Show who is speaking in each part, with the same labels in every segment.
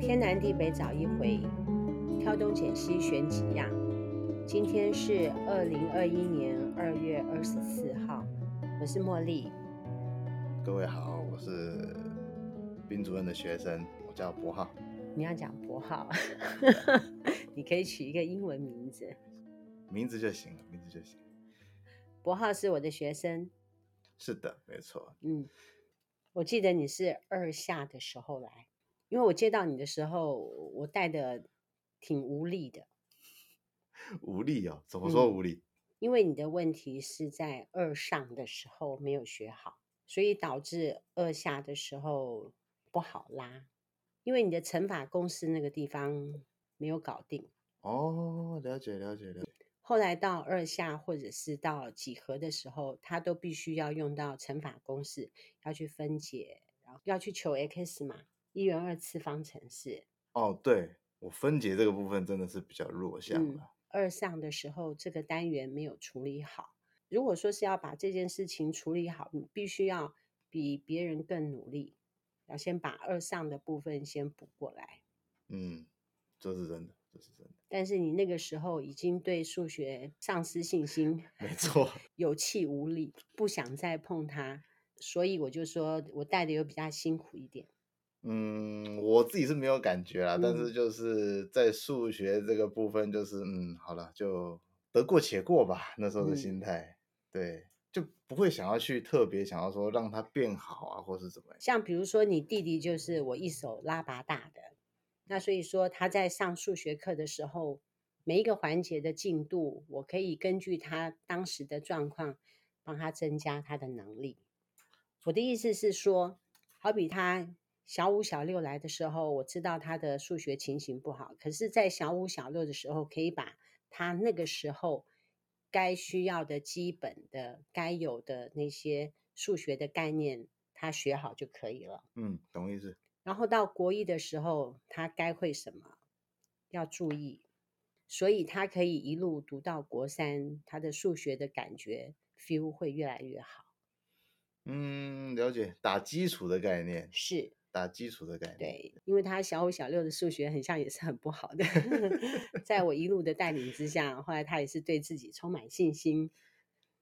Speaker 1: 天南地北找一回，挑东拣西选几样。今天是二零二一年二月二十四号，我是茉莉。
Speaker 2: 各位好，我是兵主任的学生，我叫博浩。
Speaker 1: 你要讲博浩， 你可以取一个英文名字。
Speaker 2: 名字就行了，名字就行。
Speaker 1: 博浩是我的学生，
Speaker 2: 是的，没错。
Speaker 1: 嗯，我记得你是二下的时候来，因为我接到你的时候，我带的挺无力的，
Speaker 2: 无力哦，怎么说
Speaker 1: 嗯
Speaker 2: 无力？
Speaker 1: 因为你的问题是在二上的时候没有学好，所以导致二下的时候不好拉，因为你的乘法公式那个地方没有搞定。
Speaker 2: 哦，了解了解了解。
Speaker 1: 后来到二下或者是到几何的时候，它都必须要用到乘法公式，要去分解，然后要去求 x 嘛，一元二次方程式。
Speaker 2: 哦，对我分解这个部分真的是比较弱项
Speaker 1: 嗯
Speaker 2: 了。
Speaker 1: 二上的时候，这个单元没有处理好。如果说是要把这件事情处理好，你必须要比别人更努力，要先把二上的部分先补过来。
Speaker 2: 嗯，这是真的，这是真的，
Speaker 1: 但是你那个时候已经对数学丧失信心，
Speaker 2: 没错。
Speaker 1: 有气无力，不想再碰它，所以我就说我带的又比较辛苦一点。
Speaker 2: 嗯，我自己是没有感觉啦，但
Speaker 1: 嗯
Speaker 2: 是就是在数学这个部分，就是嗯，好了，就得过且过吧，那时候的
Speaker 1: 嗯
Speaker 2: 心态，对，就不会想要去特别想要说让它变好啊，或是怎么样。
Speaker 1: 像比如说你弟弟就是我一手拉拔大的，那所以说他在上数学课的时候，每一个环节的进度，我可以根据他当时的状况，帮他增加他的能力。我的意思是说，好比他小五、小六来的时候，我知道他的数学情形不好，可是，在小五、小六的时候，可以把他那个时候该需要的基本的、该有的那些数学的概念，他学好就可以了。
Speaker 2: 嗯，懂意思。
Speaker 1: 然后到国一的时候，他该会什么要注意，所以他可以一路读到国三，他的数学的感觉 feel 会越来越好。
Speaker 2: 嗯，了解，打基础的概念，
Speaker 1: 是，
Speaker 2: 打基础的概念。
Speaker 1: 对，因为他小五、小六的数学很像也是很不好的， 在我一路的带领之下，后来他也是对自己充满信心。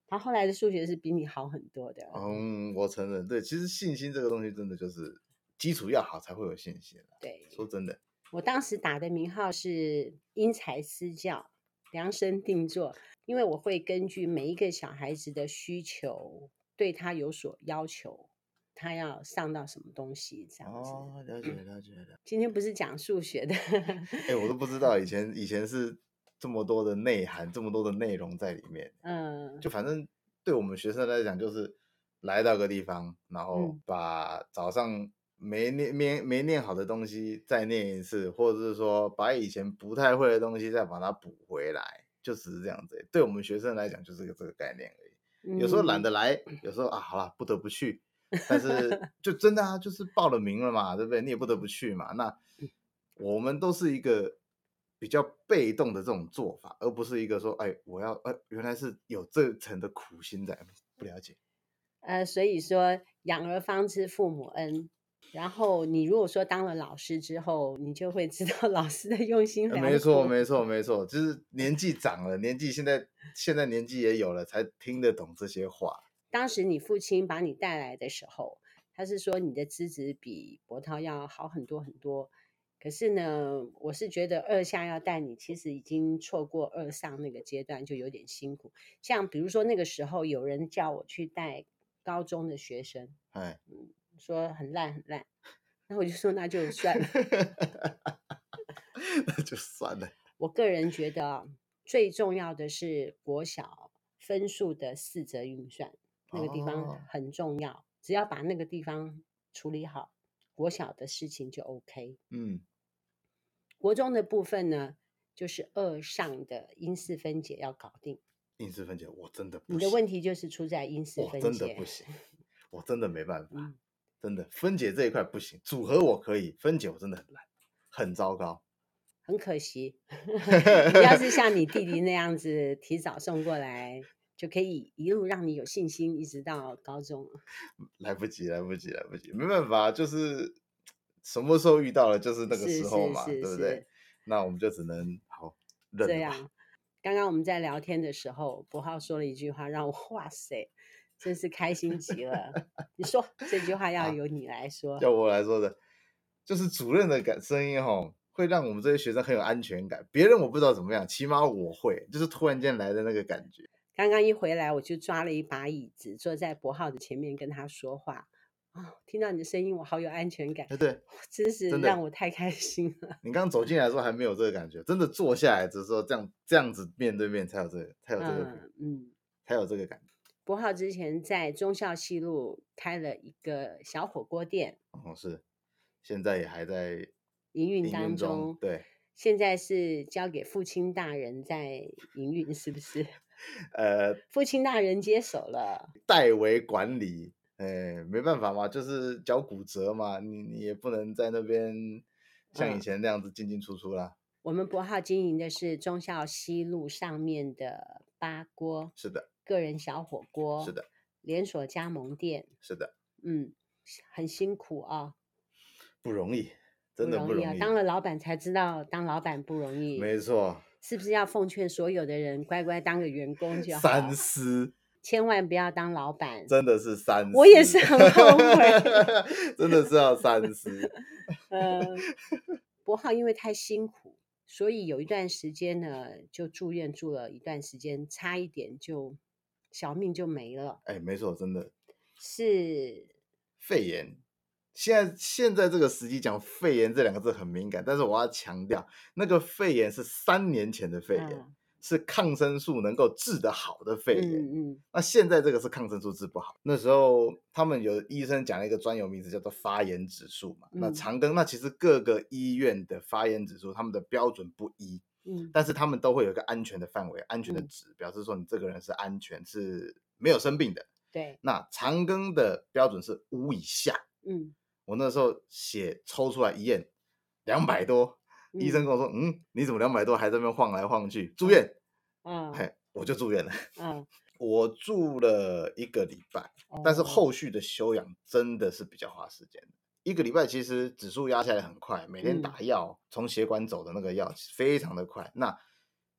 Speaker 1: 他后来的数学是比你好很多的，
Speaker 2: 嗯，我承认，对，其实信心这个东西真的就是基础要好才会有信心啦
Speaker 1: 对，
Speaker 2: 说真的，
Speaker 1: 我当时打的名号是因材施教，量身定做，因为我会根据每一个小孩子的需求，对他有所要求，他要上到什么东西这样子。
Speaker 2: 哦，了解了解了解。
Speaker 1: 今天不是讲数学的，
Speaker 2: 哎、我都不知道以前以前是这么多的内涵，这么多的内容在里面。
Speaker 1: 嗯，
Speaker 2: 就反正对我们学生来讲，就是来到个地方，然后
Speaker 1: 嗯
Speaker 2: 把早上没念没没念好的东西再念一次，或者是说把以前不太会的东西再把它补回来，就只是这样子而已。对我们学生来讲，就是个这个概念而已。有时候
Speaker 1: 嗯
Speaker 2: 懒得来，有时候啊，好了，不得不去。但是就真的啊，就是报了名了嘛，对不对？你也不得不去嘛。那
Speaker 1: 嗯
Speaker 2: 我们都是一个比较被动的这种做法，而不是一个说，哎，我要，哎，原来是有这层的苦心在，不了解。
Speaker 1: 呃，所以说养儿方知父母恩。然后你如果说当了老师之后，你就会知道 老师的用心
Speaker 2: 呃
Speaker 1: 良苦。
Speaker 2: 没错，没错，没错，就是年纪长了，年纪现在现在年纪也有了，才听得懂这些话。
Speaker 1: 当时你父亲把你带来的时候，他是说你的资质比博涛要好很多很多。可是呢，我是觉得二下要带你，其实已经错过二上那个阶段，就有点辛苦。像比如说那个时候，有人叫我去带高中的学生，
Speaker 2: 哎，
Speaker 1: 说很烂很烂， 那我就说那就算了。
Speaker 2: 那就算了。
Speaker 1: 我个人觉得啊最重要的是国小分数的四则运算，那个地
Speaker 2: 哦
Speaker 1: 方很重要。只要把那个地方处理好，国小的事情就 OK。
Speaker 2: 嗯，
Speaker 1: 国中的部分呢，就是二上的因式分解要搞定。
Speaker 2: 应试分解我真的不
Speaker 1: 你的
Speaker 2: 行
Speaker 1: 问题就是出在因式
Speaker 2: 我
Speaker 1: 分
Speaker 2: 真的
Speaker 1: 解
Speaker 2: 不。行，我真的没 办法，
Speaker 1: 嗯
Speaker 2: 真的分解这一块不行，组合我可以，分解我真的很烂，很糟糕。
Speaker 1: 很可惜，你要是像你弟弟 那样子提早送过来，就可以一路让你有信心，一直到高中。
Speaker 2: 来不及，来不及，来不及，没办法，就是什么时候遇到了就是那个
Speaker 1: 是
Speaker 2: 时候
Speaker 1: 是
Speaker 2: 嘛，
Speaker 1: 是
Speaker 2: 对不
Speaker 1: 是
Speaker 2: 对？那我们就只能好认
Speaker 1: 这
Speaker 2: 了吧。
Speaker 1: 样。刚刚我们在聊天的时候，博浩说了一句话，让我哇塞，真是开心极了。你说这句话要
Speaker 2: 好
Speaker 1: 由你来说，
Speaker 2: 要我来说的，就是主任的感声音吼，会让我们这些学生很有安全感。别人我不知道怎么样，起码我会，就是突然间来的那个感觉。
Speaker 1: 刚刚一回来，我就抓了一把椅子，坐在博浩的前面跟他说话。哦，听到你的声音，我好有安全感，
Speaker 2: 哎，对
Speaker 1: 真是
Speaker 2: 真的
Speaker 1: 让我太开心了。
Speaker 2: 你刚走进来的时候还没有这个感觉，真的坐下来的时候，这样这样子面对面才有这个，才有这个，
Speaker 1: 嗯嗯，
Speaker 2: 才有这个感觉。
Speaker 1: 博浩之前在忠孝西路开了一个小火锅店，
Speaker 2: 哦，是，现在也还在
Speaker 1: 营运
Speaker 2: 营
Speaker 1: 当
Speaker 2: 运
Speaker 1: 中
Speaker 2: 中，，对，
Speaker 1: 现在是交给父亲大人在营运，是不是？
Speaker 2: 呃，
Speaker 1: 父亲大人接手了，
Speaker 2: 代为管理，哎，没办法嘛，就是脚骨折嘛，你你也不能在那边像
Speaker 1: 嗯
Speaker 2: 以前那样子进进出出啦。
Speaker 1: 我们博浩经营的是忠孝西路上面的八锅
Speaker 2: 是的，
Speaker 1: 个人小火锅，
Speaker 2: 是的，
Speaker 1: 连锁加盟店，
Speaker 2: 是的，
Speaker 1: 嗯，很辛苦啊，
Speaker 2: 不容易，真的不
Speaker 1: 容易啊
Speaker 2: 容。易。
Speaker 1: 当了老板才知道当老板不容易，
Speaker 2: 没错，
Speaker 1: 是不是要奉劝所有的人乖乖当个员工就好，
Speaker 2: 三思，
Speaker 1: 千万不要当老板。
Speaker 2: 真的是三思。
Speaker 1: 我也是很后悔，
Speaker 2: 真的是要三思。
Speaker 1: 呃，博浩因为太辛苦，所以有一段时间呢就住院住了一段时间，差一点就小命就没了，
Speaker 2: 哎，没错，真的
Speaker 1: 是
Speaker 2: 肺炎。现在现在这个时机讲肺炎这两个字很敏感，但是我要强调，那个肺炎是三年前的肺炎，
Speaker 1: 嗯
Speaker 2: 是抗生素能够治得好的肺炎。
Speaker 1: 嗯嗯，
Speaker 2: 那现在这个是抗生素治不好，那时候他们有医生讲了一个专有名词叫做发炎指数嘛。那
Speaker 1: 嗯
Speaker 2: 长庚那其实各个医院的发炎指数，他们的标准不一，
Speaker 1: 嗯，
Speaker 2: 但是他们都会有一个安全的范围、安全的
Speaker 1: 嗯
Speaker 2: 值，表示说你这个人是安全，是没有生病的。
Speaker 1: 对，
Speaker 2: 那长庚的标准是五以下，
Speaker 1: 嗯，
Speaker 2: 我那时候血抽出来一验，两百多，医生跟我说，嗯，你怎么两百多还在那边晃来晃去？住院，
Speaker 1: 嗯
Speaker 2: 嘿，我就住院了。
Speaker 1: 嗯，
Speaker 2: 我住了一个礼拜，但是
Speaker 1: 哦
Speaker 2: 后续的休养真的是比较花时间的。一个礼拜其实指数压下来很快，每天
Speaker 1: 嗯
Speaker 2: 打药，从血管走的那个药非常的快，那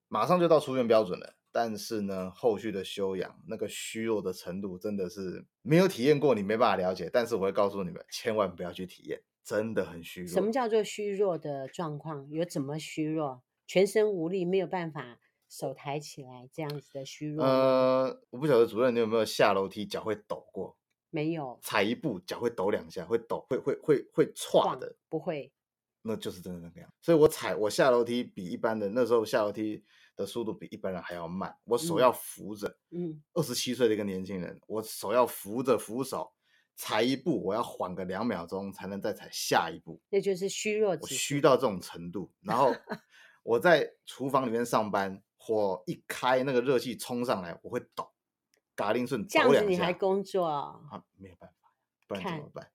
Speaker 2: 马上就到出院标准了。但是呢，后续的休养那个虚弱的程度真的是没有体验过，你没办法了解。但是我会告诉你们，千万不要去体验，真的很虚弱。
Speaker 1: 什么叫做虚弱的状况？有怎么虚弱？全身无力，没有办法手抬起来，这样子的虚弱吗、
Speaker 2: 呃，我不晓得主任你有没有下楼梯脚会抖过，
Speaker 1: 没有，
Speaker 2: 踩一步脚会抖两下，会抖，会会会会歘
Speaker 1: 晃
Speaker 2: 的，
Speaker 1: 不会，
Speaker 2: 那就是真的那个样。所以我踩我下楼梯比一般人那时候下楼梯的速度比一般人还要慢，我手
Speaker 1: 嗯
Speaker 2: 要扶着。
Speaker 1: 嗯
Speaker 2: 二十七岁的一个年轻人，我手要扶着扶手，踩一步我要缓个两秒钟才能再踩下一步，
Speaker 1: 那就是虚弱
Speaker 2: 我
Speaker 1: 指数。
Speaker 2: 虚到这种程度。然 后我在厨房里面上班，火一开那个热气冲上来，我会抖，嘎铃顺
Speaker 1: 这
Speaker 2: 抖
Speaker 1: 样子
Speaker 2: 两
Speaker 1: 你还
Speaker 2: 下。
Speaker 1: 工作啊？
Speaker 2: 啊，没有办法，不然怎
Speaker 1: 看
Speaker 2: 么办？
Speaker 1: 啊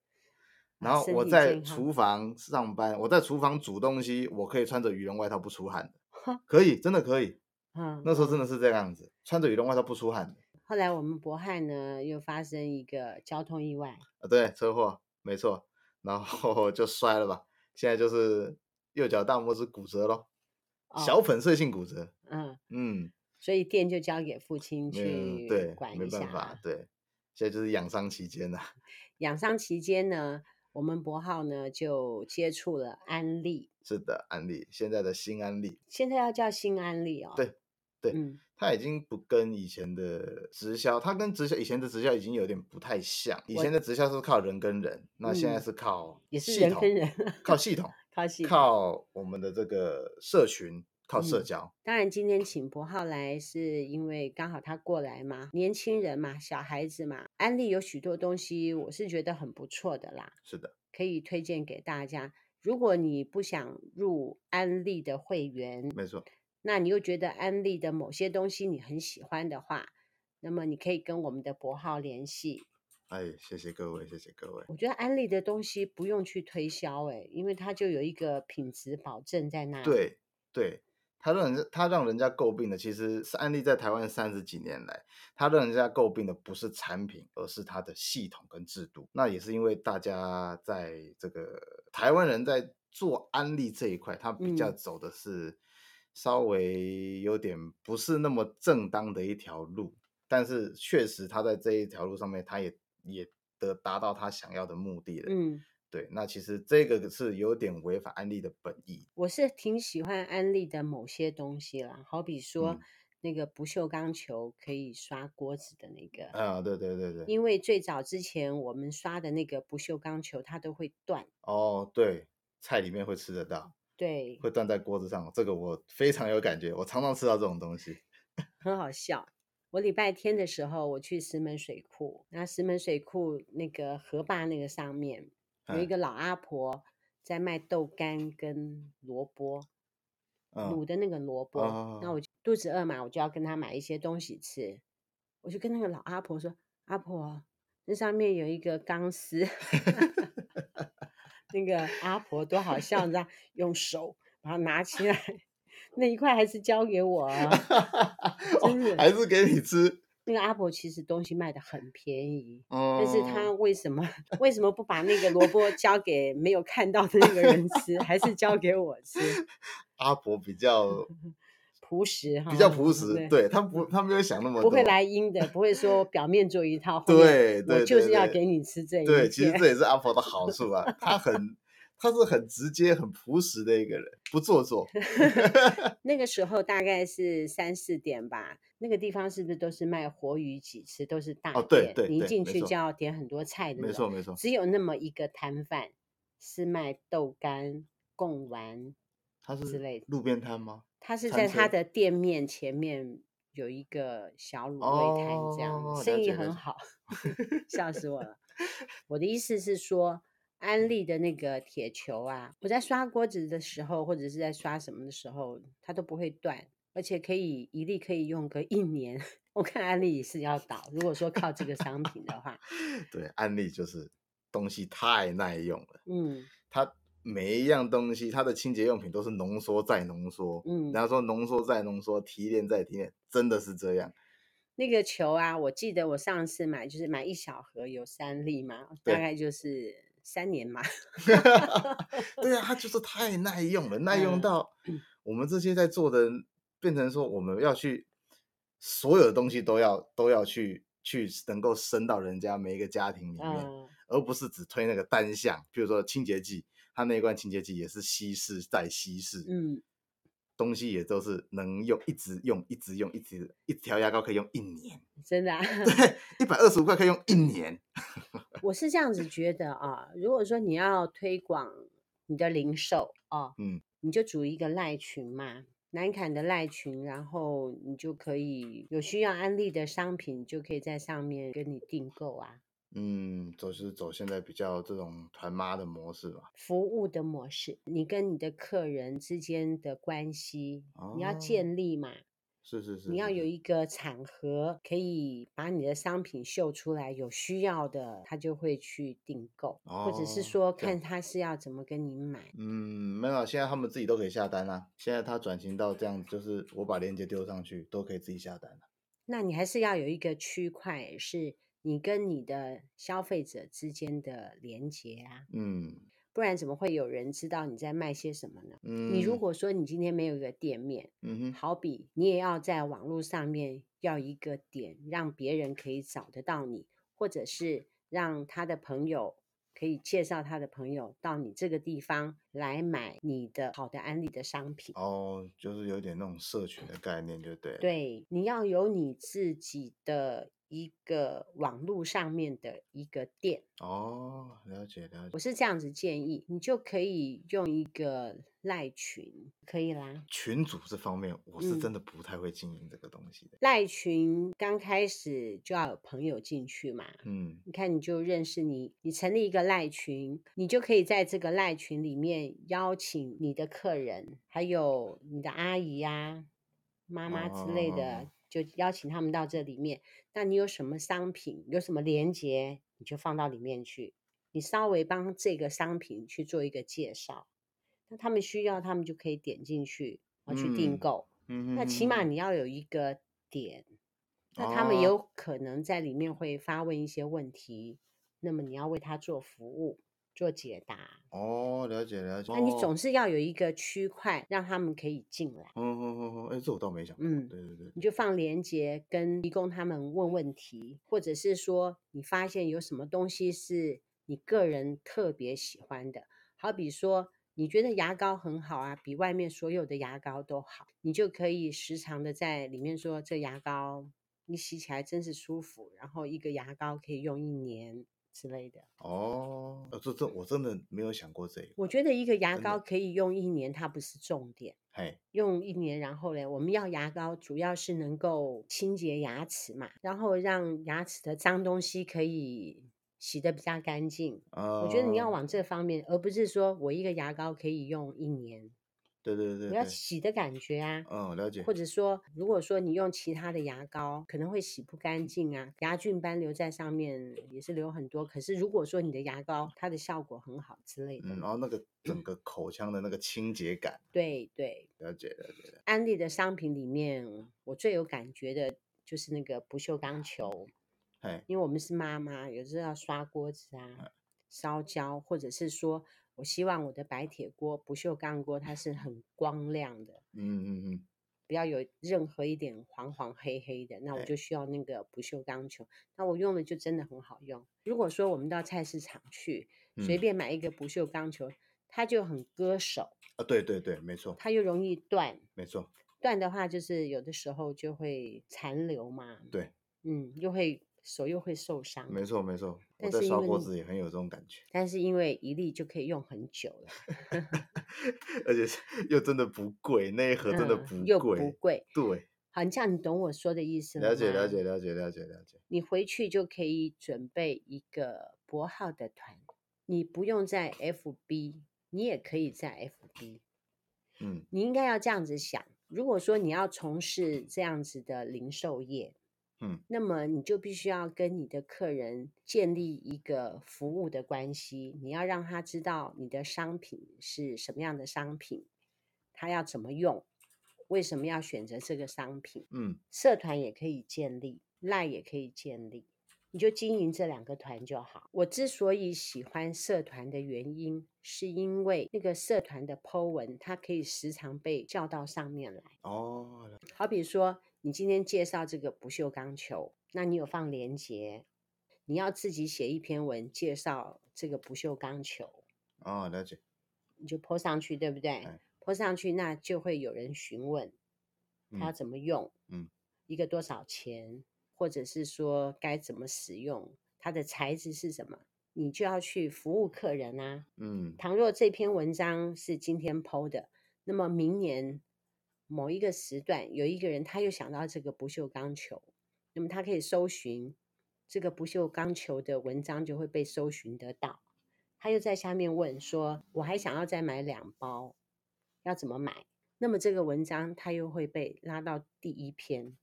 Speaker 2: 然后
Speaker 1: 身
Speaker 2: 我
Speaker 1: 体
Speaker 2: 在
Speaker 1: 健康
Speaker 2: 厨房上班，我在厨房煮东西，我可以穿着羽绒外套不出 汗的，可以，真的可以。
Speaker 1: 嗯，
Speaker 2: 那时候真
Speaker 1: 嗯
Speaker 2: 的是这样子，穿着羽绒外套不出汗的。
Speaker 1: 后来我们博翰呢又发生一个交通意外，
Speaker 2: 啊，对，车祸，没错。然后 就摔了吧，现在就是右脚大拇指骨折咯，
Speaker 1: 哦
Speaker 2: 小粉碎性骨折。
Speaker 1: 嗯，
Speaker 2: 嗯，
Speaker 1: 所以店就交给父亲
Speaker 2: 没
Speaker 1: 去
Speaker 2: 有对，
Speaker 1: 管
Speaker 2: 没
Speaker 1: 一下
Speaker 2: 办法
Speaker 1: 啊。，
Speaker 2: 对。现在就是养伤期间呐、
Speaker 1: 养伤期间呢，我们博浩呢就接触了安利，
Speaker 2: 是的，安利现在的新安利，
Speaker 1: 现在要叫新安利哦。
Speaker 2: 对对
Speaker 1: 嗯
Speaker 2: 它已经不跟以前的直销，它跟直销以前的直销已经有点不太像。以
Speaker 1: 我
Speaker 2: 前的直销是靠人跟人，那现在
Speaker 1: 嗯
Speaker 2: 是靠
Speaker 1: 也是
Speaker 2: 系
Speaker 1: 人
Speaker 2: 统
Speaker 1: 跟人啊
Speaker 2: 靠系统，
Speaker 1: 靠系统。
Speaker 2: 靠我们的这个社群，靠社
Speaker 1: 嗯
Speaker 2: 交。
Speaker 1: 当然，今天请博浩来是因为刚好他过来嘛，年轻人嘛，小孩子嘛，安利有许多东西，我是觉得很不错的啦，
Speaker 2: 是的，
Speaker 1: 可以推荐给大家。如果你不想入安利的会员，
Speaker 2: 没错，
Speaker 1: 那你又觉得安利的某些东西你很喜欢的话，那么你可以跟我们的博浩联系。
Speaker 2: 哎，谢谢各位，谢谢各位。
Speaker 1: 我觉得安利的东西不用去推销，诶，因为它就有一个品质保证在那里。，
Speaker 2: 对对，他让人家他让人家诟病的，其实是安利在台湾三十几年来，他让人家诟病的不是产品，而是它的系统跟制度。那也是因为大家在这个台湾人在做安利这一块，他比较
Speaker 1: 嗯
Speaker 2: 走的是稍微有点不是那么正当的一条路，但是确实他在这一条路上面，他也也得达到他想要的目的了。
Speaker 1: 嗯，
Speaker 2: 对，那其实这个是有点违反安利的本意。
Speaker 1: 我是挺喜欢安利的某些东西啦，好比说、
Speaker 2: 嗯
Speaker 1: 那个不锈钢球可以刷锅子的那个，
Speaker 2: 啊，对对对对，
Speaker 1: 因为最早之前我们刷的那个不锈钢球它都会断，
Speaker 2: 哦，对，菜里面会吃得到，
Speaker 1: 对，
Speaker 2: 会断在锅子上，这个我非常有感觉，我常常吃到这种东西。
Speaker 1: 很好笑。我礼拜天的时候我去石门水库，那石门水库那个河坝那个上面有一
Speaker 2: 嗯
Speaker 1: 个老阿婆在卖豆干跟萝卜，卤
Speaker 2: 嗯，
Speaker 1: 的那个萝卜，那
Speaker 2: 哦
Speaker 1: 我就肚子饿嘛，我就要跟她买一些东西吃。我就跟那个老阿婆说：“阿婆，那上面有一个钢丝。” 那个阿婆多好笑，你知道，用手把它拿起来， 那一块还是交给我啊。
Speaker 2: 哦
Speaker 1: 真的
Speaker 2: 还是给你吃。
Speaker 1: 那个阿婆其实东西卖的很便宜，
Speaker 2: 哦，
Speaker 1: 但是她为什么 为什么不把那个萝卜交给没有看到的那个人吃，还是交给我吃？
Speaker 2: 阿婆比较
Speaker 1: 朴实哈，
Speaker 2: 比较朴实，
Speaker 1: 哦对
Speaker 2: 对他不他没有想那么
Speaker 1: 不会
Speaker 2: 多
Speaker 1: 来阴的，不会说表面做一套，后面
Speaker 2: 对对，
Speaker 1: 我就是
Speaker 2: 对
Speaker 1: 要
Speaker 2: 对
Speaker 1: 给你吃这一
Speaker 2: 对，其实
Speaker 1: 片
Speaker 2: 这也是阿婆的好处啊，他很他是很直接、很朴实的一个人，不 做作。
Speaker 1: 那个时候大概是三四点吧，那个地方是不是都是卖活鱼几吃，都是大店？
Speaker 2: 哦对对
Speaker 1: 你一
Speaker 2: 对
Speaker 1: 进
Speaker 2: 没
Speaker 1: 去
Speaker 2: 错
Speaker 1: 就要点很多菜的，
Speaker 2: 没错，没错，
Speaker 1: 只有那么一个摊贩是卖豆干、贡丸
Speaker 2: 他
Speaker 1: 之
Speaker 2: 是
Speaker 1: 类的，
Speaker 2: 路边摊吗？
Speaker 1: 他是
Speaker 2: 餐
Speaker 1: 在他
Speaker 2: 车
Speaker 1: 的店面前面有一个小卤味摊，这样、
Speaker 2: 哦了
Speaker 1: 生意
Speaker 2: 解了
Speaker 1: 很
Speaker 2: 解
Speaker 1: 好， 笑死我 了。我的意思是说，
Speaker 2: 嗯
Speaker 1: 安利的那个铁球啊，我在刷锅子的时候，或者是在刷什么的时候，它都不会断，而且可以一粒可以用个一年。我看安利也是要倒，如果说靠这个商品的话，
Speaker 2: 对，案例就是东西太耐用了，
Speaker 1: 嗯
Speaker 2: 它每一样东西，它的清洁用品都是浓缩再浓缩。
Speaker 1: 嗯
Speaker 2: 人，家说浓缩再浓缩，提炼再提炼，真的是 这样。
Speaker 1: 那个球啊，我记得我上次买就是买一小盒有三粒嘛，大
Speaker 2: 对
Speaker 1: 概就是三年嘛。
Speaker 2: 对啊，它就是太耐用了，耐用
Speaker 1: 嗯
Speaker 2: 到我们这些在做的人，变成说我们要去所有的东西都要都要去去能够伸到人家每一个家庭里面，
Speaker 1: 嗯，
Speaker 2: 而不是只推那个单项，比如说清洁剂，它那一罐清洁剂也是稀释再稀释，
Speaker 1: 嗯，
Speaker 2: 东西也都是能用，一直用，一直用，一直一条牙膏可以用一年，
Speaker 1: 真的、啊，
Speaker 2: 一百二十五块可以用一年。
Speaker 1: 我是这样子觉得啊。如果说你要推广你的零售啊，
Speaker 2: 嗯，
Speaker 1: 你就组一个赖群嘛，南坎的赖群，然后你就可以有需要安利的商品，你就可以在上面跟你订购啊，
Speaker 2: 嗯，就是走现在比较这种团妈的模式吧。
Speaker 1: 服务的模式，你跟你的客人之间的关系，你要
Speaker 2: 哦
Speaker 1: 建立嘛。
Speaker 2: 是是是，
Speaker 1: 你要
Speaker 2: 是
Speaker 1: 有
Speaker 2: 是
Speaker 1: 一个场合，可以把你的商品秀出来，有需要的他就会去订购，或者是
Speaker 2: 哦
Speaker 1: 说
Speaker 2: 这
Speaker 1: 看
Speaker 2: 样
Speaker 1: 他是要怎么跟你买。
Speaker 2: 嗯，没有，现在他们自己都可以下单啦、现在他转型到这样，就是我把链接丢上去，都可以自己下单了、啊
Speaker 1: 那你还是要有一个区块是你跟你的消费者之间的连接啊，
Speaker 2: 嗯
Speaker 1: 不然怎么会有人知道你在卖些什么呢？
Speaker 2: 嗯，
Speaker 1: 你如果说你今天没有一个店面，
Speaker 2: 嗯哼，
Speaker 1: 好比你也要在网络上面要一个点，让别人可以找得到你，或者是让他的朋友可以介绍他的朋友到你这个地方来买你的好的安利的商品。
Speaker 2: 哦，就是有点那种社群的概念，就对了。
Speaker 1: 对，你要有你自己的一个网络上面的一个店，
Speaker 2: 哦，了解了
Speaker 1: 我
Speaker 2: 解。
Speaker 1: 是这样子建议，你就可以用一个赖群，可以啦。
Speaker 2: 群主这方面，我是
Speaker 1: 嗯
Speaker 2: 真的不太会经营这个东西的。
Speaker 1: 赖群刚开始就要有朋友进去嘛，
Speaker 2: 嗯，
Speaker 1: 你看，你就认识你，你成立一个赖群，你就可以在这个赖群里面邀请你的客人，还有你的阿姨啊、妈妈之类的
Speaker 2: 哦，
Speaker 1: 就邀请他们到这里面。那你有什么商品，有什么连接，你就放到里面去，你稍微帮这个商品去做一个介绍，那他们需要，他们就可以点进去，然后去订
Speaker 2: 嗯
Speaker 1: 购。
Speaker 2: 嗯哼
Speaker 1: 那起码
Speaker 2: 哼
Speaker 1: 你要有一个点，那他们
Speaker 2: 哦
Speaker 1: 有可能在里面会发问一些问题，那么你要为他做服务，做解答。
Speaker 2: 哦，了解了解。
Speaker 1: 那啊你
Speaker 2: 哦
Speaker 1: 总是要有一个区块让他们可以进来，
Speaker 2: 嗯嗯嗯嗯，哎，这我倒没想过。
Speaker 1: 嗯
Speaker 2: 对对对，
Speaker 1: 你就放连接跟提供他们问问题，或者是说你发现有什么东西是你个人特别喜欢的，好比说你觉得牙膏很好啊，比外面所有的牙膏都好，你就可以时常的在里面说这牙膏你洗起来真是舒服，然后一个牙膏可以用一年之类的。
Speaker 2: 哦，呃这这我真的没有想过这个。
Speaker 1: 我觉得一个牙
Speaker 2: 真的
Speaker 1: 膏可以用一年，它不是重点。
Speaker 2: 嘿，
Speaker 1: 用一年，然后嘞，我们要牙膏主要是能够清洁牙齿嘛，然后让牙齿的脏东西可以洗得比较干净。
Speaker 2: 呃，
Speaker 1: 我觉得你要往这方面，而不是说我一个牙膏可以用一年，
Speaker 2: 对对对
Speaker 1: 我要
Speaker 2: 对，
Speaker 1: 洗的感觉啊。
Speaker 2: 嗯，了解
Speaker 1: 或。者说，如果说你用其他的牙膏，可能会洗不干净啊，牙菌斑留在上面也是留很多。可是如果说你的牙膏它的效果很好之类的，
Speaker 2: 嗯，然后那个整个口腔的那个清洁感，
Speaker 1: 对对，
Speaker 2: 了解了解了。
Speaker 1: 安利的商品里面，我最有感觉的就是那个不锈钢球，
Speaker 2: 嘿，
Speaker 1: 因为我们是妈妈，有时候要刷锅子啊、烧焦，或者是说我希望我的白铁锅、不锈钢锅它是很光亮的，
Speaker 2: 嗯嗯嗯，
Speaker 1: 不要有任何一点黄黄黑黑的，那我
Speaker 2: 哎
Speaker 1: 就需要那个不锈钢球。那我用了就真的很好用。如果说我们到菜市场去随
Speaker 2: 嗯
Speaker 1: 便买一个不锈钢球，它就很割手，
Speaker 2: 啊，对对对，没错
Speaker 1: 它又容易断。
Speaker 2: 没错，
Speaker 1: 断的话，就是有的时候就会残留嘛，
Speaker 2: 对，
Speaker 1: 嗯，又会手又会受伤。
Speaker 2: 没错没错。我
Speaker 1: 但
Speaker 2: 在
Speaker 1: 是因
Speaker 2: 刷
Speaker 1: 为
Speaker 2: 锅
Speaker 1: 你
Speaker 2: 子也很有这种感觉，
Speaker 1: 但是因为一粒就可以用很久了，
Speaker 2: 而且是又真的不贵，那一盒 真的
Speaker 1: 嗯
Speaker 2: 不
Speaker 1: 又不嗯
Speaker 2: 贵。
Speaker 1: 贵。
Speaker 2: 对，
Speaker 1: 好，你这样你懂我说的意思
Speaker 2: 了解
Speaker 1: 吗
Speaker 2: 了解。了解了解了解。
Speaker 1: 你回去就可以准备一个博浩的团，你不用在 FB，你也可以在 FB。
Speaker 2: 嗯，
Speaker 1: 你应该要这样子想：如果说你要从事这样子的零售业，
Speaker 2: 嗯，
Speaker 1: 那么你就必须要跟你的客人建立一个服务的关系，你要让他知道你的商品是什么样的商品，他要怎么用，为什么要选择这个商品。
Speaker 2: 嗯，
Speaker 1: 社团也可以建立，赖也可以建立，你就经营这两个团就好。我之所以喜欢社团的原因，是因为那个社团的 Po 文，它可以时常被叫到上面来。
Speaker 2: 哦，了
Speaker 1: 好比说，你今天介绍这个不锈钢球，那你有放链接，你要自己写一篇文介绍这个不锈钢球，
Speaker 2: 哦，了解。
Speaker 1: 你就 Po 上去，对不对
Speaker 2: 哎
Speaker 1: ？Po 上去，那就会有人询问，它要
Speaker 2: 嗯
Speaker 1: 怎么用，
Speaker 2: 嗯，
Speaker 1: 一个多少钱，或者是说该怎么使用，它的材质是什么，你就要去服务客人啊。
Speaker 2: 嗯，
Speaker 1: 倘若这篇文章是今天 PO 的，那么明年某一个时段有一个人他又想到这个不锈钢球，那么他可以搜寻这个不锈钢球的文章就会被搜寻得到。他又在下面问说：“我还想要再买两包，要怎么买？”那么这个文章它又会被拉到第一篇，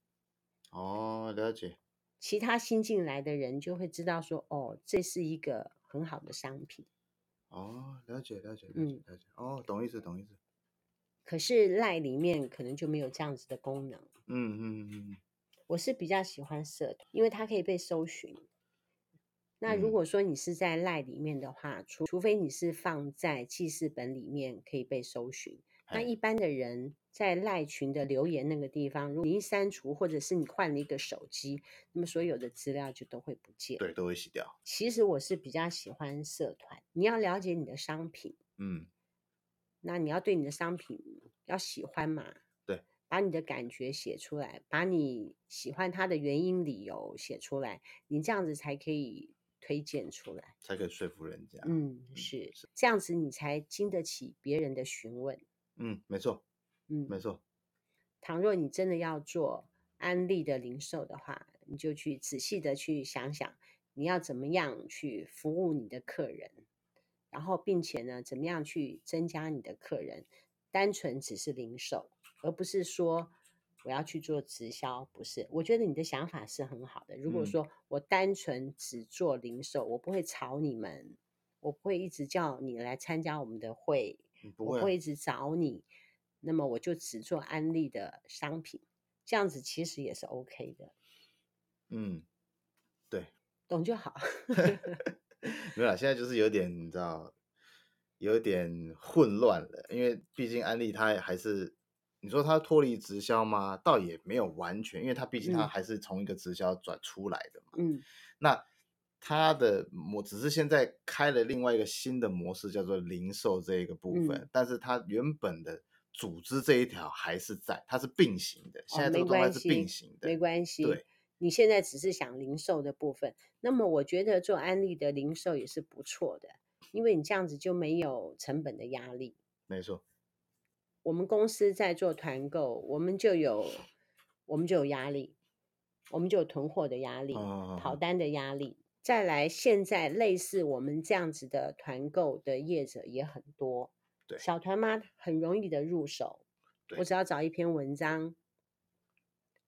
Speaker 2: 哦，了解。
Speaker 1: 其他新进来的人就会知道说：“哦，这是一个很好的商品。”
Speaker 2: 哦，了解了解了解
Speaker 1: 嗯
Speaker 2: 了解。哦，懂意思懂意思。
Speaker 1: 可是赖里面可能就没有这样子的功能。
Speaker 2: 嗯嗯嗯嗯，
Speaker 1: 我是比较喜欢社团，因为它可以被搜寻。那如
Speaker 2: 嗯
Speaker 1: 果说你是在赖里面的话，除除非你是放在记事本里面可以被搜寻，那
Speaker 2: 哎
Speaker 1: 一般的人在赖群的留言那个地方，如果你一删除，或者是你换了一个手机，那么所有的资料就都会不见。
Speaker 2: 对，都会洗掉。
Speaker 1: 其实我是比较喜欢社团，你要了解你的商品，
Speaker 2: 嗯，
Speaker 1: 那你要对你的商品要喜欢嘛？
Speaker 2: 对，
Speaker 1: 把你的感觉写出来，把你喜欢它的原因、理由写出来，你这样子才可以推荐出来。
Speaker 2: 才可以说服人家。
Speaker 1: 嗯，是这样子，你才经得起别人的询问。
Speaker 2: 嗯，没错没
Speaker 1: 嗯，
Speaker 2: 错。
Speaker 1: 倘若你真的要做安利的零售的话，你就去仔细的去想想，你要怎么样去服务你的客人，然后并且呢，怎么样去增加你的客人，单纯只是零售，而不是说我要去做直销，不是？我觉得你的想法是很好的。如果
Speaker 2: 嗯
Speaker 1: 说我单纯只做零售，我不会吵你们，我不会一直叫你来参加我们的会，
Speaker 2: 嗯不
Speaker 1: 我
Speaker 2: 会
Speaker 1: 不
Speaker 2: 啊。
Speaker 1: 会一直找你，那么我就只做安利的商品，这样子其实也是 OK 的，
Speaker 2: 嗯，对，
Speaker 1: 懂就好。
Speaker 2: 没有啦。现在就是有点，你知道，有点混乱了，因为毕竟安利它还是，你说它脱离直销吗？倒也没有完全，因为它毕竟它
Speaker 1: 嗯
Speaker 2: 还是从一个直销转出来的嘛。
Speaker 1: 嗯
Speaker 2: 那它的模只是现在开了另外一个新的模式，叫做零售这一个部分，
Speaker 1: 嗯
Speaker 2: 但是它原本的组织这一条还是在，它是并行的，现在
Speaker 1: 哦
Speaker 2: 这
Speaker 1: 没
Speaker 2: 个状态
Speaker 1: 关
Speaker 2: 是并
Speaker 1: 系
Speaker 2: 行的。
Speaker 1: 没关系。
Speaker 2: 对，
Speaker 1: 你现在只是想零售的部分，那么我觉得做安利的零售也是不错的，因为你这样子就没有成本的压力。
Speaker 2: 没错，
Speaker 1: 我们公司在做团购，我们就有我们就有压力，我们就有囤货的压力、
Speaker 2: 嗯
Speaker 1: 跑单的压力。再来，现在类似我们这样子的团购的业者也很多，
Speaker 2: 对
Speaker 1: 小团妈很容易的入手，我
Speaker 2: 对
Speaker 1: 只要找一篇文章。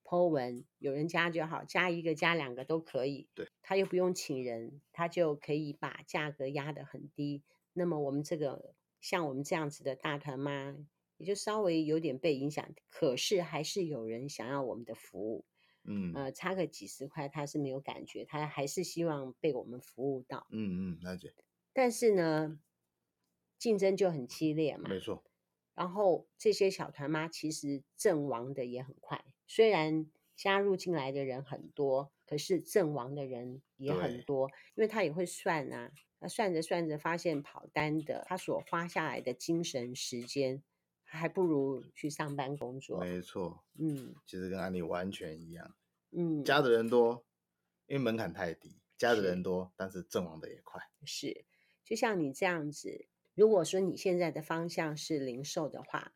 Speaker 1: Po 文有人加就好，加一个加两个都可以。
Speaker 2: 对，
Speaker 1: 他又不用请人，他就可以把价格压得很低。那么我们这个像我们这样子的大团妈，也就稍微有点被影响，可是还是有人想要我们的服务。
Speaker 2: 嗯嗯
Speaker 1: 呃，差个几十块他是没有感觉，他还是希望被我们服务到。
Speaker 2: 嗯，了解，
Speaker 1: 但是呢，竞争就很激烈嘛。
Speaker 2: 没错，
Speaker 1: 然后这些小团妈其实阵亡的也很快，虽然加入进来的人很多，可是阵亡的人也很
Speaker 2: 对
Speaker 1: 多，因为他也会算啊，那算着算着发现跑单的他所花下来的精神时间，还不如去上班工作。
Speaker 2: 没错，
Speaker 1: 嗯
Speaker 2: 其实跟安利完全一样，
Speaker 1: 嗯，
Speaker 2: 加的人多，因为门槛太低，加的
Speaker 1: 是
Speaker 2: 人多，但是阵亡的也快。
Speaker 1: 是，就像你这样子，如果说你现在的方向是零售的话，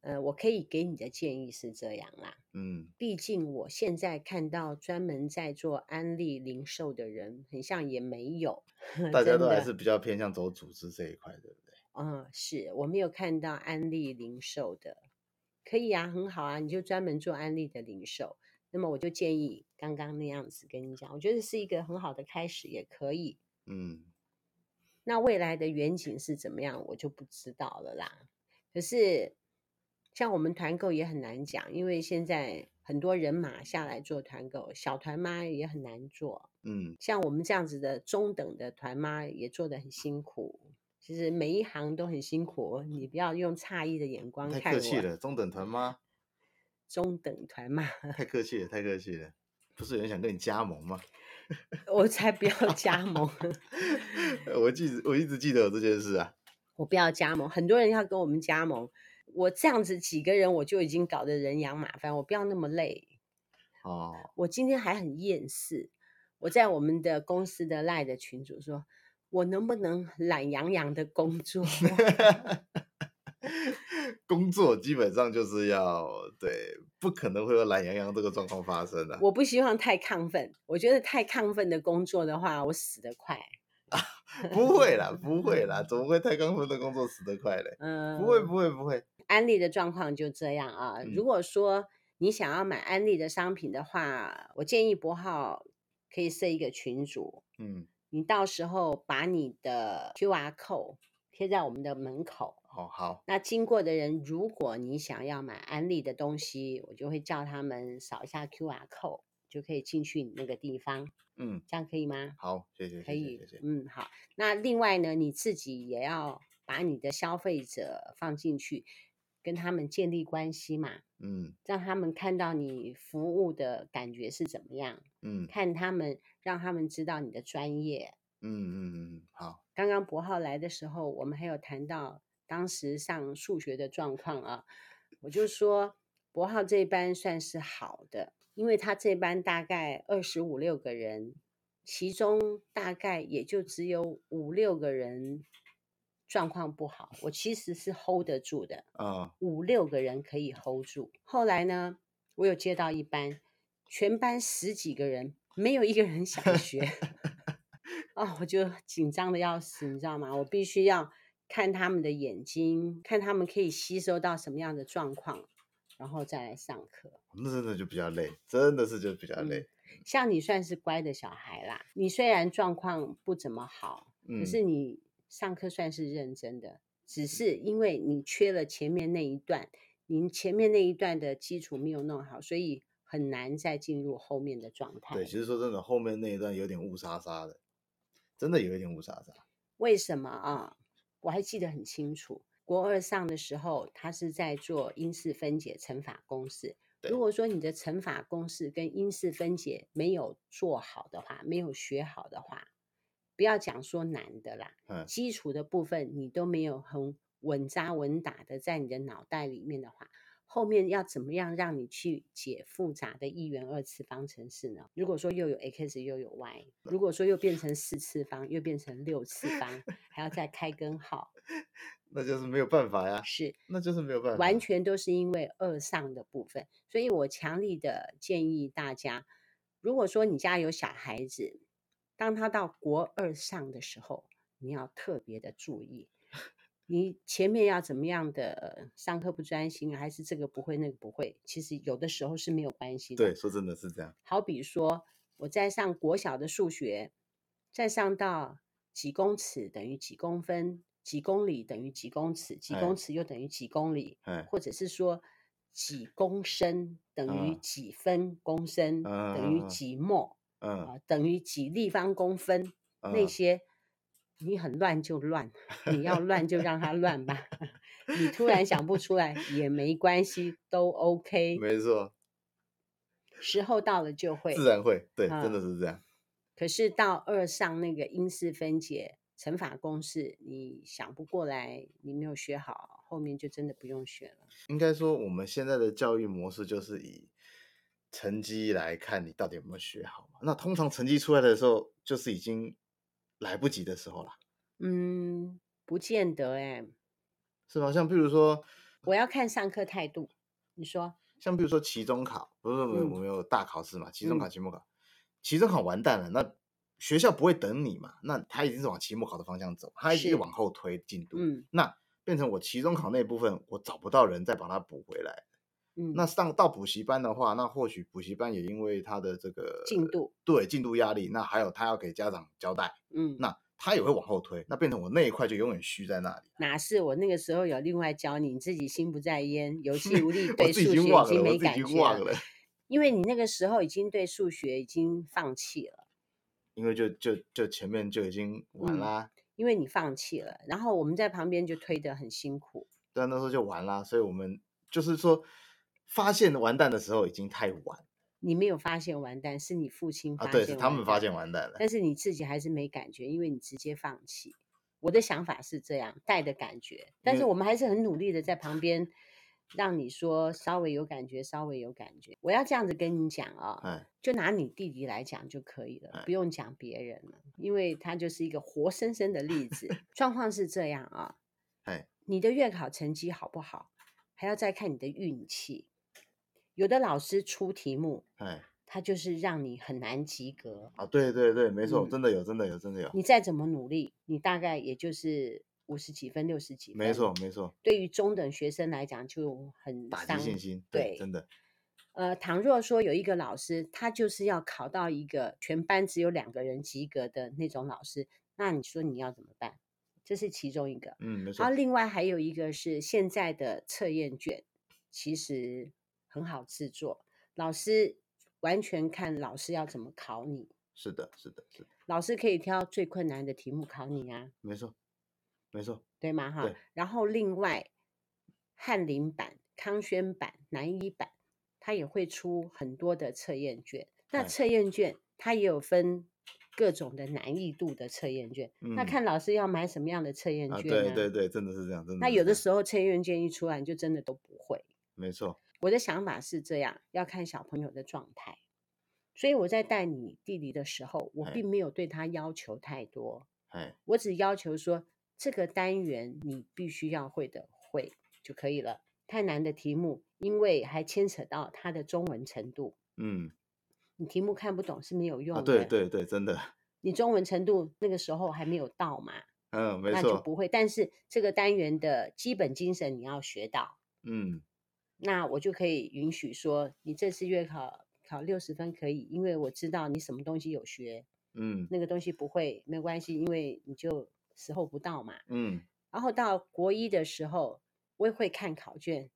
Speaker 1: 呃，我可以给你的建议是这样啦。
Speaker 2: 嗯，
Speaker 1: 毕竟我现在看到专门在做安利零售的人，很像也没有，
Speaker 2: 大
Speaker 1: 嗯
Speaker 2: 家
Speaker 1: 真
Speaker 2: 都还
Speaker 1: 的
Speaker 2: 是比较偏向走组织这一块，对不对？
Speaker 1: 嗯，是我没有看到安利零售的，可以啊，很好啊，你就专门做安利的零售。那么我就建议刚刚那样子跟你讲，我觉得是一个很好的开始，也可以。
Speaker 2: 嗯，
Speaker 1: 那未来的远景是怎么样，我就不知道了啦。可是像我们团购也很难讲，因为现在很多人马下来做团购，小团妈也很难做。
Speaker 2: 嗯，
Speaker 1: 像我们这样子的中等的团妈也做得很辛苦。其实每一行都很辛苦，你不要用诧异的眼光
Speaker 2: 太
Speaker 1: 看我。
Speaker 2: 客气了，中等团吗？
Speaker 1: 中等团妈，
Speaker 2: 太客气了，太客气了。不是有人想跟你加盟 吗？
Speaker 1: 我才不要加盟，
Speaker 2: 我记得我一直记得有这件事啊。
Speaker 1: 我不要加盟。很多人要跟我们加盟，我这样子几个人我就已经搞得人仰马翻，我不要那么累。
Speaker 2: 哦，
Speaker 1: 我今天还很厌世，我在我们的公司的赖的群主说，我能不能懒洋洋的工作？
Speaker 2: 工作基本上就是要对，不可能会有懒洋洋这个状况发生的、啊
Speaker 1: 我不希望太亢奋，我觉得太亢奋的工作的话，我死得快。
Speaker 2: 不会 啦，不会啦，怎么会太亢奋的工作死得快嘞？
Speaker 1: 嗯，
Speaker 2: 不会，不会，不会。
Speaker 1: 安利的状况就这样啊。如
Speaker 2: 嗯
Speaker 1: 果说你想要买安利的商品的话，我建议博浩可以设一个群组，
Speaker 2: 嗯，
Speaker 1: 你到时候把你的 QR code 贴在我们的门口。
Speaker 2: 哦，好，
Speaker 1: 那经过的人，如果你想要买安利的东西，我就会叫他们扫一下 QR code，就可以进去你那个地方，
Speaker 2: 嗯，
Speaker 1: 这样可以吗？
Speaker 2: 好，谢谢，
Speaker 1: 可
Speaker 2: 谢谢，
Speaker 1: 以
Speaker 2: 谢，谢。
Speaker 1: 嗯，好。那另外呢，你自己也要把你的消费者放进去，跟他们建立关系嘛，
Speaker 2: 嗯
Speaker 1: 让他们看到你服务的感觉是怎么样，
Speaker 2: 嗯
Speaker 1: 看他们，让他们知道你的专业。
Speaker 2: 嗯嗯嗯，好，
Speaker 1: 刚刚博浩来的时候，我们还有谈到当时上数学的状况啊，我就说博浩这一班算是好的，因为他这班大概二十五六个人，其中大概也就只有五六个人状况不好，我其实是 hold 得住的，
Speaker 2: 啊、
Speaker 1: 五六个人可以 hold 住。后来呢，我有接到一班，全班十几个人，没有一个人想学，哦，我就紧张的要死，你知道吗？我必须要看他们的眼睛，看他们可以吸收到什么样的状况，然后再来上课。
Speaker 2: 那真的就比较累，真的是就比较累
Speaker 1: 嗯。像你算是乖的小孩啦，你虽然状况不怎么好，
Speaker 2: 嗯，
Speaker 1: 可是你上课算是认真的，只是因为你缺了前面那一段，你前面那一段的基础没有弄好，所以很难再进入后面的状态。
Speaker 2: 对，其实说真的，后面那一段有点雾沙沙的，真的有一点雾沙沙。
Speaker 1: 为什么啊？我还记得很清楚。国二上的时候，他是在做因式分解乘法公式。
Speaker 2: 对
Speaker 1: 如果说你的乘法公式跟因式分解没有做好的话，没有学好的话，不要讲说难的啦，
Speaker 2: 嗯
Speaker 1: 基础的部分你都没有很稳扎稳打的在你的脑袋里面的话，后面要怎么样让你去解复杂的一元二次方程式呢？如果说又有 x 又有 y，如果说又变成四次方，又变成六次方，还要再开根号，
Speaker 2: 那就是没有办法呀，
Speaker 1: 是
Speaker 2: 那就是没有办法，
Speaker 1: 完全都是因为二上的部分，所以我强力的建议大家，如果说你家有小孩子，当他到国二上的时候，你要特别的注意，你前面要怎么样的上课不专心，还是这个不会那个不会，其实有的时候是没有关系的。
Speaker 2: 对，说真的是这样，
Speaker 1: 好比说我在上国小的数学，再上到几公尺等于几公分，几公里等于几公尺，几
Speaker 2: 哎
Speaker 1: 公尺又等于几公里。
Speaker 2: 哎，
Speaker 1: 或者是说几公升等于
Speaker 2: 嗯
Speaker 1: 几分公升，等
Speaker 2: 嗯嗯
Speaker 1: 于
Speaker 2: 嗯
Speaker 1: 几墨啊、
Speaker 2: 嗯
Speaker 1: 等于几立方公分、那
Speaker 2: 嗯
Speaker 1: 些，你很乱就乱，你要乱就让它乱吧。 你突然想不出来也没关系， 都 OK。
Speaker 2: 没错，
Speaker 1: 时候到了就会。
Speaker 2: 自然会，对，真的
Speaker 1: 嗯
Speaker 2: 是这样，
Speaker 1: 可是到二上那个因式分解乘法公式，你想不过来，你没有学好，后面就真的不用学了。
Speaker 2: 应该说我们现在的教育模式就是以成绩来看你到底有没有学好嘛，那通常成绩出来的时候，就是已经来不及的时候啦，
Speaker 1: 嗯，不见得哎、
Speaker 2: 是吗？像比如说，
Speaker 1: 我要看上课态度。你说
Speaker 2: 像比如说期中考，不是我们
Speaker 1: 嗯
Speaker 2: 我们有大考试嘛，期中考、
Speaker 1: 嗯
Speaker 2: 期末考，期中考完蛋了，那学校不会等你嘛，那他已经是往期末考的方向走，他一
Speaker 1: 是
Speaker 2: 直往后推进度，
Speaker 1: 嗯，
Speaker 2: 那变成我期中考那部分我找不到人再把它补回来。
Speaker 1: 嗯，
Speaker 2: 那上到补习班的话，那或许补习班也因为他的这个
Speaker 1: 进度，
Speaker 2: 对进度压力，那还有他要给家长交代，
Speaker 1: 嗯，
Speaker 2: 那他也会往后推，那变成我那一块就永远虚在那里。
Speaker 1: 哪是我那个时候有另外教你，你自己心不在焉，游戏无力，
Speaker 2: 我
Speaker 1: 对
Speaker 2: 自
Speaker 1: 数
Speaker 2: 己
Speaker 1: 学
Speaker 2: 已经忘了，我
Speaker 1: 没
Speaker 2: 自己
Speaker 1: 感
Speaker 2: 已
Speaker 1: 觉
Speaker 2: 经忘了，
Speaker 1: 因为你那个时候已经对数学已经放弃了，
Speaker 2: 因为就就就前面就已经完
Speaker 1: 嗯
Speaker 2: 啦。
Speaker 1: 因为你放弃了，然后我们在旁边就推得很辛苦，
Speaker 2: 但那时候就完啦，所以我们就是说，发现完蛋的时候已经太晚
Speaker 1: 你没有发现完蛋，是你父亲
Speaker 2: 啊，
Speaker 1: 发
Speaker 2: 对，
Speaker 1: 现、
Speaker 2: 是他们发现，完蛋了，
Speaker 1: 但是你自己还是没感觉，因为你直接放弃。我的想法是这样带的感觉，但是
Speaker 2: 为
Speaker 1: 我们还是很努力的在旁边，让你说稍微有感觉，稍微有感觉。我要这样子跟你讲啊、
Speaker 2: 哎，
Speaker 1: 就拿你弟弟来讲就可以了
Speaker 2: 哎，
Speaker 1: 不用讲别人了，因为他就是一个活生生的例 子。状况是这样啊，
Speaker 2: 哎，
Speaker 1: 你的月考成绩好不好，还要再看你的运气。有的老师出题目，
Speaker 2: 哎，
Speaker 1: 他就是让你很难及格，
Speaker 2: 啊，对对对，没错，
Speaker 1: 嗯
Speaker 2: 真的有，真的有，真的有，
Speaker 1: 你再怎么努力，你大概也就是五十几分、六十几分。
Speaker 2: 没错，没错，
Speaker 1: 对于中等学生来讲就很
Speaker 2: 打击
Speaker 1: 伤
Speaker 2: 信心，
Speaker 1: 对
Speaker 2: 真的，
Speaker 1: 呃，倘若说有一个老师，他就是要考到一个全班只有两个人及格的那种老师，那你说你要怎么办？这是其中一个。
Speaker 2: 嗯，没错
Speaker 1: 然后，另外还有一个是现在的测验卷，其实很好制作，老师完全看老师要怎么考你，
Speaker 2: 是的，是的，是的，
Speaker 1: 老师可以挑最困难的题目考你啊，
Speaker 2: 没错，没错，
Speaker 1: 对吗？哈
Speaker 2: 对，
Speaker 1: 然后另外翰林版、康轩版、南一版，它也会出很多的测验卷。那
Speaker 2: 哎
Speaker 1: 测验卷它也有分各种的难易度的测验卷，那
Speaker 2: 嗯
Speaker 1: 看老师要买什么样的测验卷、
Speaker 2: 啊，对对嗯对，真的是这样，真的，
Speaker 1: 那有的时
Speaker 2: 候，
Speaker 1: 候测验卷一出来，你就真的都不会。
Speaker 2: 没错，
Speaker 1: 我的想法是这样，要看小朋友的状态。所以我在带你弟弟的时候，我
Speaker 2: 哎
Speaker 1: 并没有对他要求太多。
Speaker 2: 哎，
Speaker 1: 我只要求说这个单元你必须要会的会就可以了。太难的题目，因为还牵扯到他的中文程度，
Speaker 2: 嗯，
Speaker 1: 你题目看不懂是没有用
Speaker 2: 啊，
Speaker 1: 的。
Speaker 2: 对，对对，真的，
Speaker 1: 你中文程度那个时候还没有到嘛，
Speaker 2: 嗯，没
Speaker 1: 那就
Speaker 2: 错，
Speaker 1: 不会。但是这个单元的基本精神你要学到，
Speaker 2: 嗯，
Speaker 1: 那我就可以允许说，你这次月考考六十分可以，因为我知道你什么东西有学，
Speaker 2: 嗯，
Speaker 1: 那个东西不会没有关系，因为你就时候不到嘛。
Speaker 2: 嗯，
Speaker 1: 然后到国一的时候，我也会看考卷，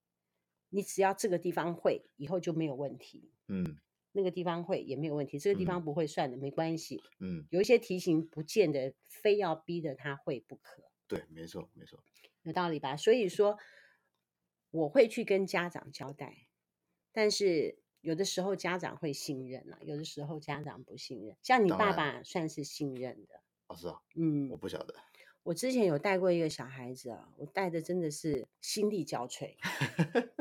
Speaker 1: 你只要这个地方会，以后就没有问题；
Speaker 2: 嗯，
Speaker 1: 那个地方会也没有问题，这个地
Speaker 2: 嗯
Speaker 1: 方不会算的、没关系。
Speaker 2: 嗯，
Speaker 1: 有一些题型不见得非要逼着他会不可，
Speaker 2: 对，没错，没错，
Speaker 1: 有道理吧？所以说，我会去跟家长交代，但是有的时候家长会信任啊，有的时候家长不信任。像你
Speaker 2: 当
Speaker 1: 爸
Speaker 2: 然
Speaker 1: 爸算是信任的，
Speaker 2: 哦，是啊，
Speaker 1: 嗯
Speaker 2: 我，不晓得，
Speaker 1: 我之前有带过一个小孩子啊，我带的真的是心力交瘁，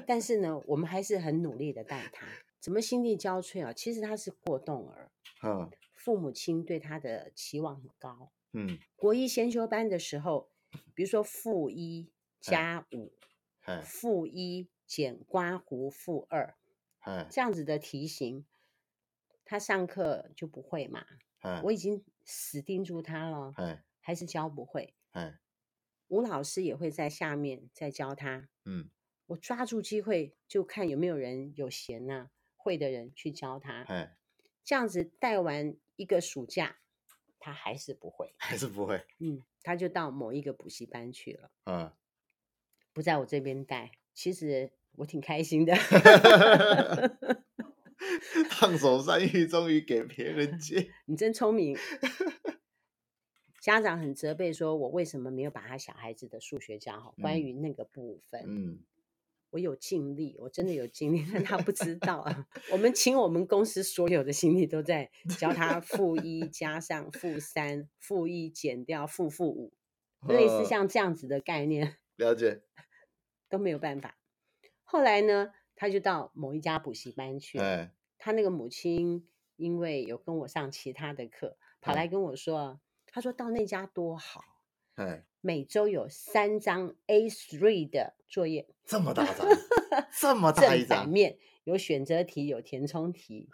Speaker 1: 但是呢，我们还是很努力的带他。怎么心力交瘁啊？其实他是过动儿，
Speaker 2: 嗯
Speaker 1: 父母亲对他的期望很高。
Speaker 2: 嗯，
Speaker 1: 国一先修班的时候，比如说负一加五、
Speaker 2: 哎
Speaker 1: 负一减刮胡负二
Speaker 2: 哎
Speaker 1: 这样子的题型，他上课就不会嘛。
Speaker 2: 哎
Speaker 1: 我已经死盯住他了，
Speaker 2: 哎
Speaker 1: 还是教不会。
Speaker 2: 哎，
Speaker 1: 吴老师也会在下面再教他。
Speaker 2: 嗯
Speaker 1: 我抓住机会就看有没有人有闲呐、会的人去教他。
Speaker 2: 哎，
Speaker 1: 这样子带完一个暑假，他 还是不会，
Speaker 2: 还是不会，
Speaker 1: 嗯，他就到某一个补习班去了，
Speaker 2: 嗯，
Speaker 1: 不在我这边带。其实我挺开心 的，
Speaker 2: 烫手山芋终于给别 人接，
Speaker 1: 你真聪明。家长很责备说，我为什么没有把他小孩子的数学教好？关
Speaker 2: 嗯
Speaker 1: 于那个部分，
Speaker 2: 嗯，
Speaker 1: 我有尽力，我真的有尽力，但他不知道啊。我们请我们公司所有的心力都在教他负一加上负三，负一减掉负负五，类似
Speaker 2: 呃
Speaker 1: 像这样子的概念
Speaker 2: 了解，
Speaker 1: 都没有办法。后来呢，他就到某一家补习班去了。
Speaker 2: 哎
Speaker 1: 他那个母亲因为有跟我上其他的课，跑
Speaker 2: 嗯
Speaker 1: 来跟我说，他说到那家多好，
Speaker 2: 哎，
Speaker 1: 每周有三张 A three 的作业。
Speaker 2: 这 么大张，这么大一
Speaker 1: 正反
Speaker 2: 张，
Speaker 1: 面有选择题，有填充题。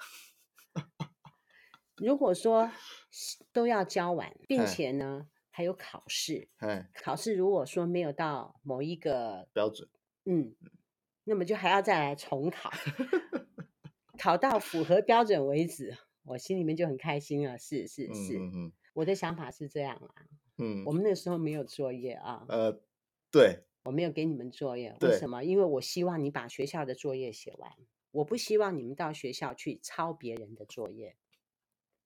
Speaker 1: 如果说是都要教完，并
Speaker 2: 哎
Speaker 1: 且呢还有考试，
Speaker 2: 哎，
Speaker 1: 考试如果说没有到某一个
Speaker 2: 标准，
Speaker 1: 嗯，那么就还要再来重 考，考到符合标准为止，我心里面就很开心了。是是
Speaker 2: 嗯
Speaker 1: 是，
Speaker 2: 嗯嗯
Speaker 1: 我的想法是这样啊。
Speaker 2: 嗯
Speaker 1: 我，们那时候没有作业啊，
Speaker 2: 呃，对，
Speaker 1: 我没有给你们作业，为
Speaker 2: 对
Speaker 1: 什么？因为我希望你把学校的作业写完，我不希望你们到学校去抄别人的作业。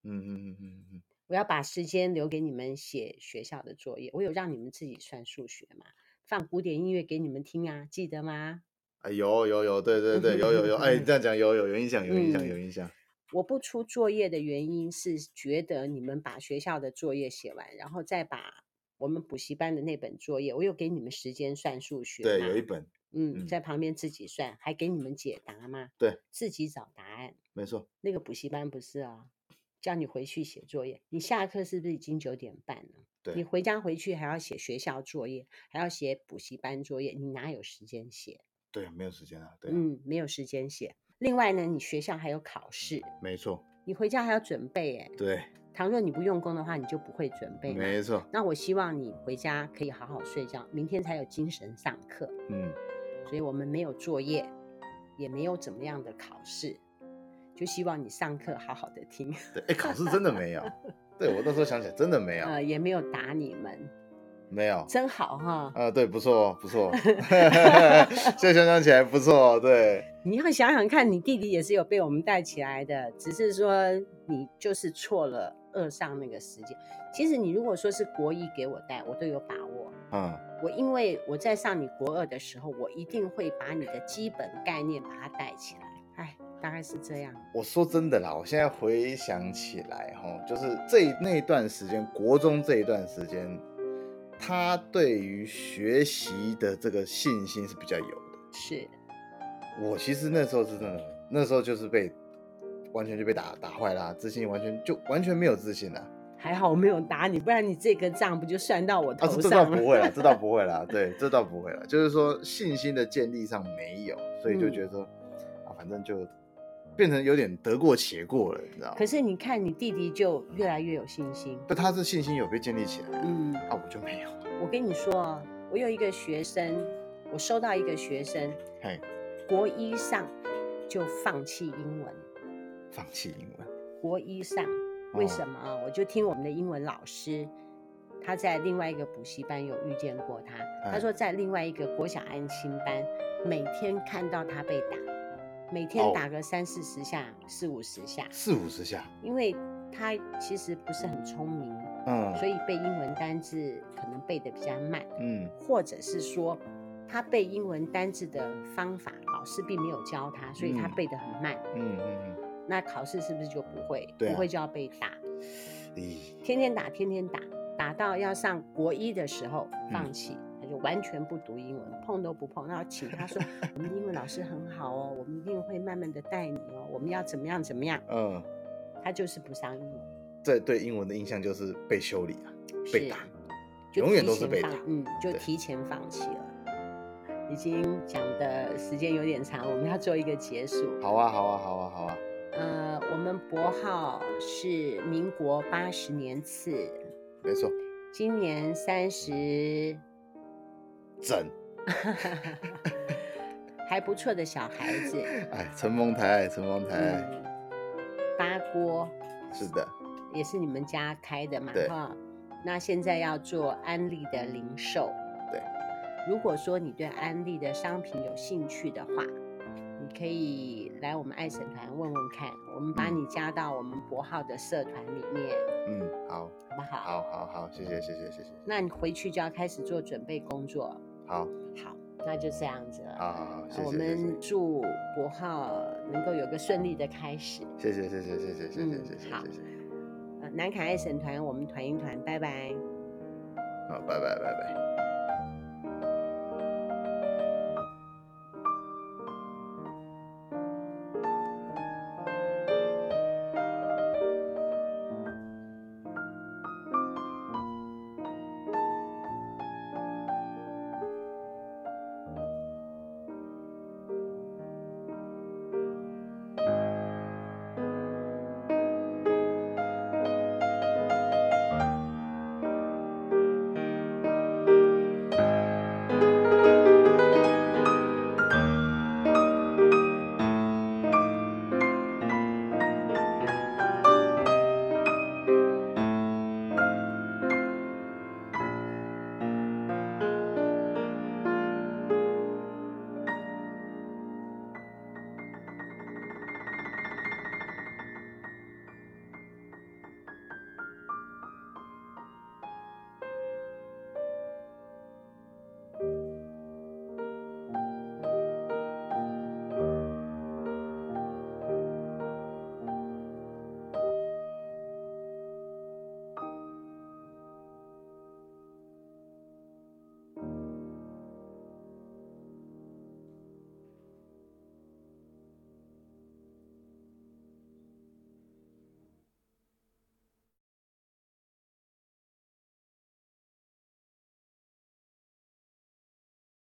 Speaker 2: 嗯嗯嗯嗯嗯，
Speaker 1: 我要把时间留给你们写学校的作业，我有让你们自己算数学嘛，放古典音乐给你们听啊，记得吗？
Speaker 2: 哎，有有有，对对对，有有有，哎，你这样讲有有有印象，有印象，
Speaker 1: 嗯
Speaker 2: 有印象，
Speaker 1: 我不出作业的原因是觉得你们把学校的作业写完，然后再把我们补习班的那本作业，我有给你们时间算数学嘛，
Speaker 2: 对，有一本，
Speaker 1: 嗯，
Speaker 2: 嗯
Speaker 1: 在旁边自己算，还给你们解答嘛，
Speaker 2: 对，
Speaker 1: 自己找答案。
Speaker 2: 没错，
Speaker 1: 那个补习班不是啊，叫你回去写作业，你下课是不是已经九点半了？你
Speaker 2: 对，
Speaker 1: 回家回去还要写学校作业，还要写补习班作业，你哪有时间写？
Speaker 2: 对，没有时间了，对啊，
Speaker 1: 嗯，没有时间写。另外呢，你学校还有考试，
Speaker 2: 没错，
Speaker 1: 你回家还要准备。哎，
Speaker 2: 对，
Speaker 1: 倘若你不用功的话，你就不会准备嘛。
Speaker 2: 没错，
Speaker 1: 那我希望你回家可以好好睡觉，明天才有精神上课。
Speaker 2: 嗯，
Speaker 1: 所以我们没有作业，也没有怎么样的考试，就希望你上课好好的听。
Speaker 2: 对，哎，考试真的没有， 对我那时候想起来真的没有，
Speaker 1: 呃，也没有打你们，
Speaker 2: 没有，
Speaker 1: 真好哈！
Speaker 2: 啊，对，不错哦，不错哦，现在想想起来不错哦，对，
Speaker 1: 你要想想看，你弟弟也是有被我们带起来的，只是说你就是错了二上那个时间。其实你如果说是国一给我带，我都有把握。
Speaker 2: 嗯，
Speaker 1: 我因为我在上你国二的时候，我一定会把你的基本概念把它带起来。哎，大概是这样。
Speaker 2: 我说真的啦，我现在回想起来，哈，就是这一那一段时间，国中这一段时间，他对于学习的这个信心是比较有的。
Speaker 1: 是，
Speaker 2: 我其实那时候是真的，那时候就是被完全就被打打坏啦，自信完全就完全没有自信了。
Speaker 1: 还好我没有打你，不然你这个账不就算到我
Speaker 2: 啊，
Speaker 1: 头
Speaker 2: 这这倒
Speaker 1: 上
Speaker 2: 不
Speaker 1: 了？
Speaker 2: 会啦，这倒不会啦，对，这倒不会啦。就是说信心的建立上没有，所以就
Speaker 1: 嗯
Speaker 2: 觉得说、啊，反正就变成有点得过且过了，你知道吗
Speaker 1: 可？是你看，你弟弟就越来越有信心。
Speaker 2: 不，他是信心有被建立起来，
Speaker 1: 嗯，
Speaker 2: 啊，我就没有。
Speaker 1: 我跟你说啊，我有一个学生，我收到一个学生，
Speaker 2: 嘿，
Speaker 1: 国一上就放弃英文，
Speaker 2: 放弃英文，
Speaker 1: 国一上为
Speaker 2: 哦
Speaker 1: 什么啊？我就听我们的英文老师，他在另外一个补习班有遇见过他，他
Speaker 2: 哎
Speaker 1: 说在另外一个国小安心班，每天看到他被打，每天
Speaker 2: 哦
Speaker 1: 打个三四十下、四五十下，
Speaker 2: 四五十下，
Speaker 1: 因为他其实不是很聪明，
Speaker 2: 嗯
Speaker 1: 所以背英文单字可能背的比较慢，
Speaker 2: 嗯
Speaker 1: 或者是说他背英文单字的方法老师并没有教他，所以他
Speaker 2: 嗯
Speaker 1: 背得很慢。
Speaker 2: 嗯嗯
Speaker 1: 那考试是不是就不会？
Speaker 2: 对啊
Speaker 1: 不会就要被打，
Speaker 2: 嗯，咦，
Speaker 1: 天天打，天天打，打到要上国一的时候
Speaker 2: 嗯
Speaker 1: 放弃。他就完全不读英文，碰都不碰。然后请他 说：“我们的英文老师很好哦，我们一定会慢慢的带你哦，我们要怎么样怎么样。
Speaker 2: 嗯，”
Speaker 1: 他就是不上英文，
Speaker 2: 这对英文的印象就是被修理啊，
Speaker 1: 是
Speaker 2: 被打，
Speaker 1: 就
Speaker 2: 永远
Speaker 1: 提
Speaker 2: 都是
Speaker 1: 前
Speaker 2: 被
Speaker 1: 放
Speaker 2: 打
Speaker 1: 嗯，就
Speaker 2: 对
Speaker 1: 提前放弃了。已经讲的时间有点长，我们要做一个结束。
Speaker 2: 好啊好啊好啊好啊，
Speaker 1: 呃，我们博浩是民国八十年次，
Speaker 2: 没错，
Speaker 1: 今年三十，
Speaker 2: 整，
Speaker 1: 还不错的小孩子。
Speaker 2: 哎，承蒙抬爱，承蒙抬爱，
Speaker 1: 嗯，八锅
Speaker 2: 是的，
Speaker 1: 也是你们家开的嘛，
Speaker 2: 对
Speaker 1: 哈。那现在要做安利的零售，
Speaker 2: 对。
Speaker 1: 如果说你对安利的商品有兴趣的话，你可以来我们爱审团问问看，我们把
Speaker 2: 嗯
Speaker 1: 你加到我们博浩的社团里面，
Speaker 2: 嗯，好，
Speaker 1: 好不好？
Speaker 2: 好，好，好，谢谢，谢谢，谢谢，
Speaker 1: 那你回去就要开始做准备工作。
Speaker 2: 好，
Speaker 1: 好，那就这样子了。
Speaker 2: 好啊好好，谢
Speaker 1: 我
Speaker 2: 谢，谢谢
Speaker 1: 们祝博浩能够有个顺利的开始。
Speaker 2: 谢谢谢谢谢谢谢谢谢谢谢谢谢
Speaker 1: 嗯好
Speaker 2: 谢谢，
Speaker 1: 呃，南卡爱神团，我们团一团，拜拜。
Speaker 2: 好，拜拜拜拜。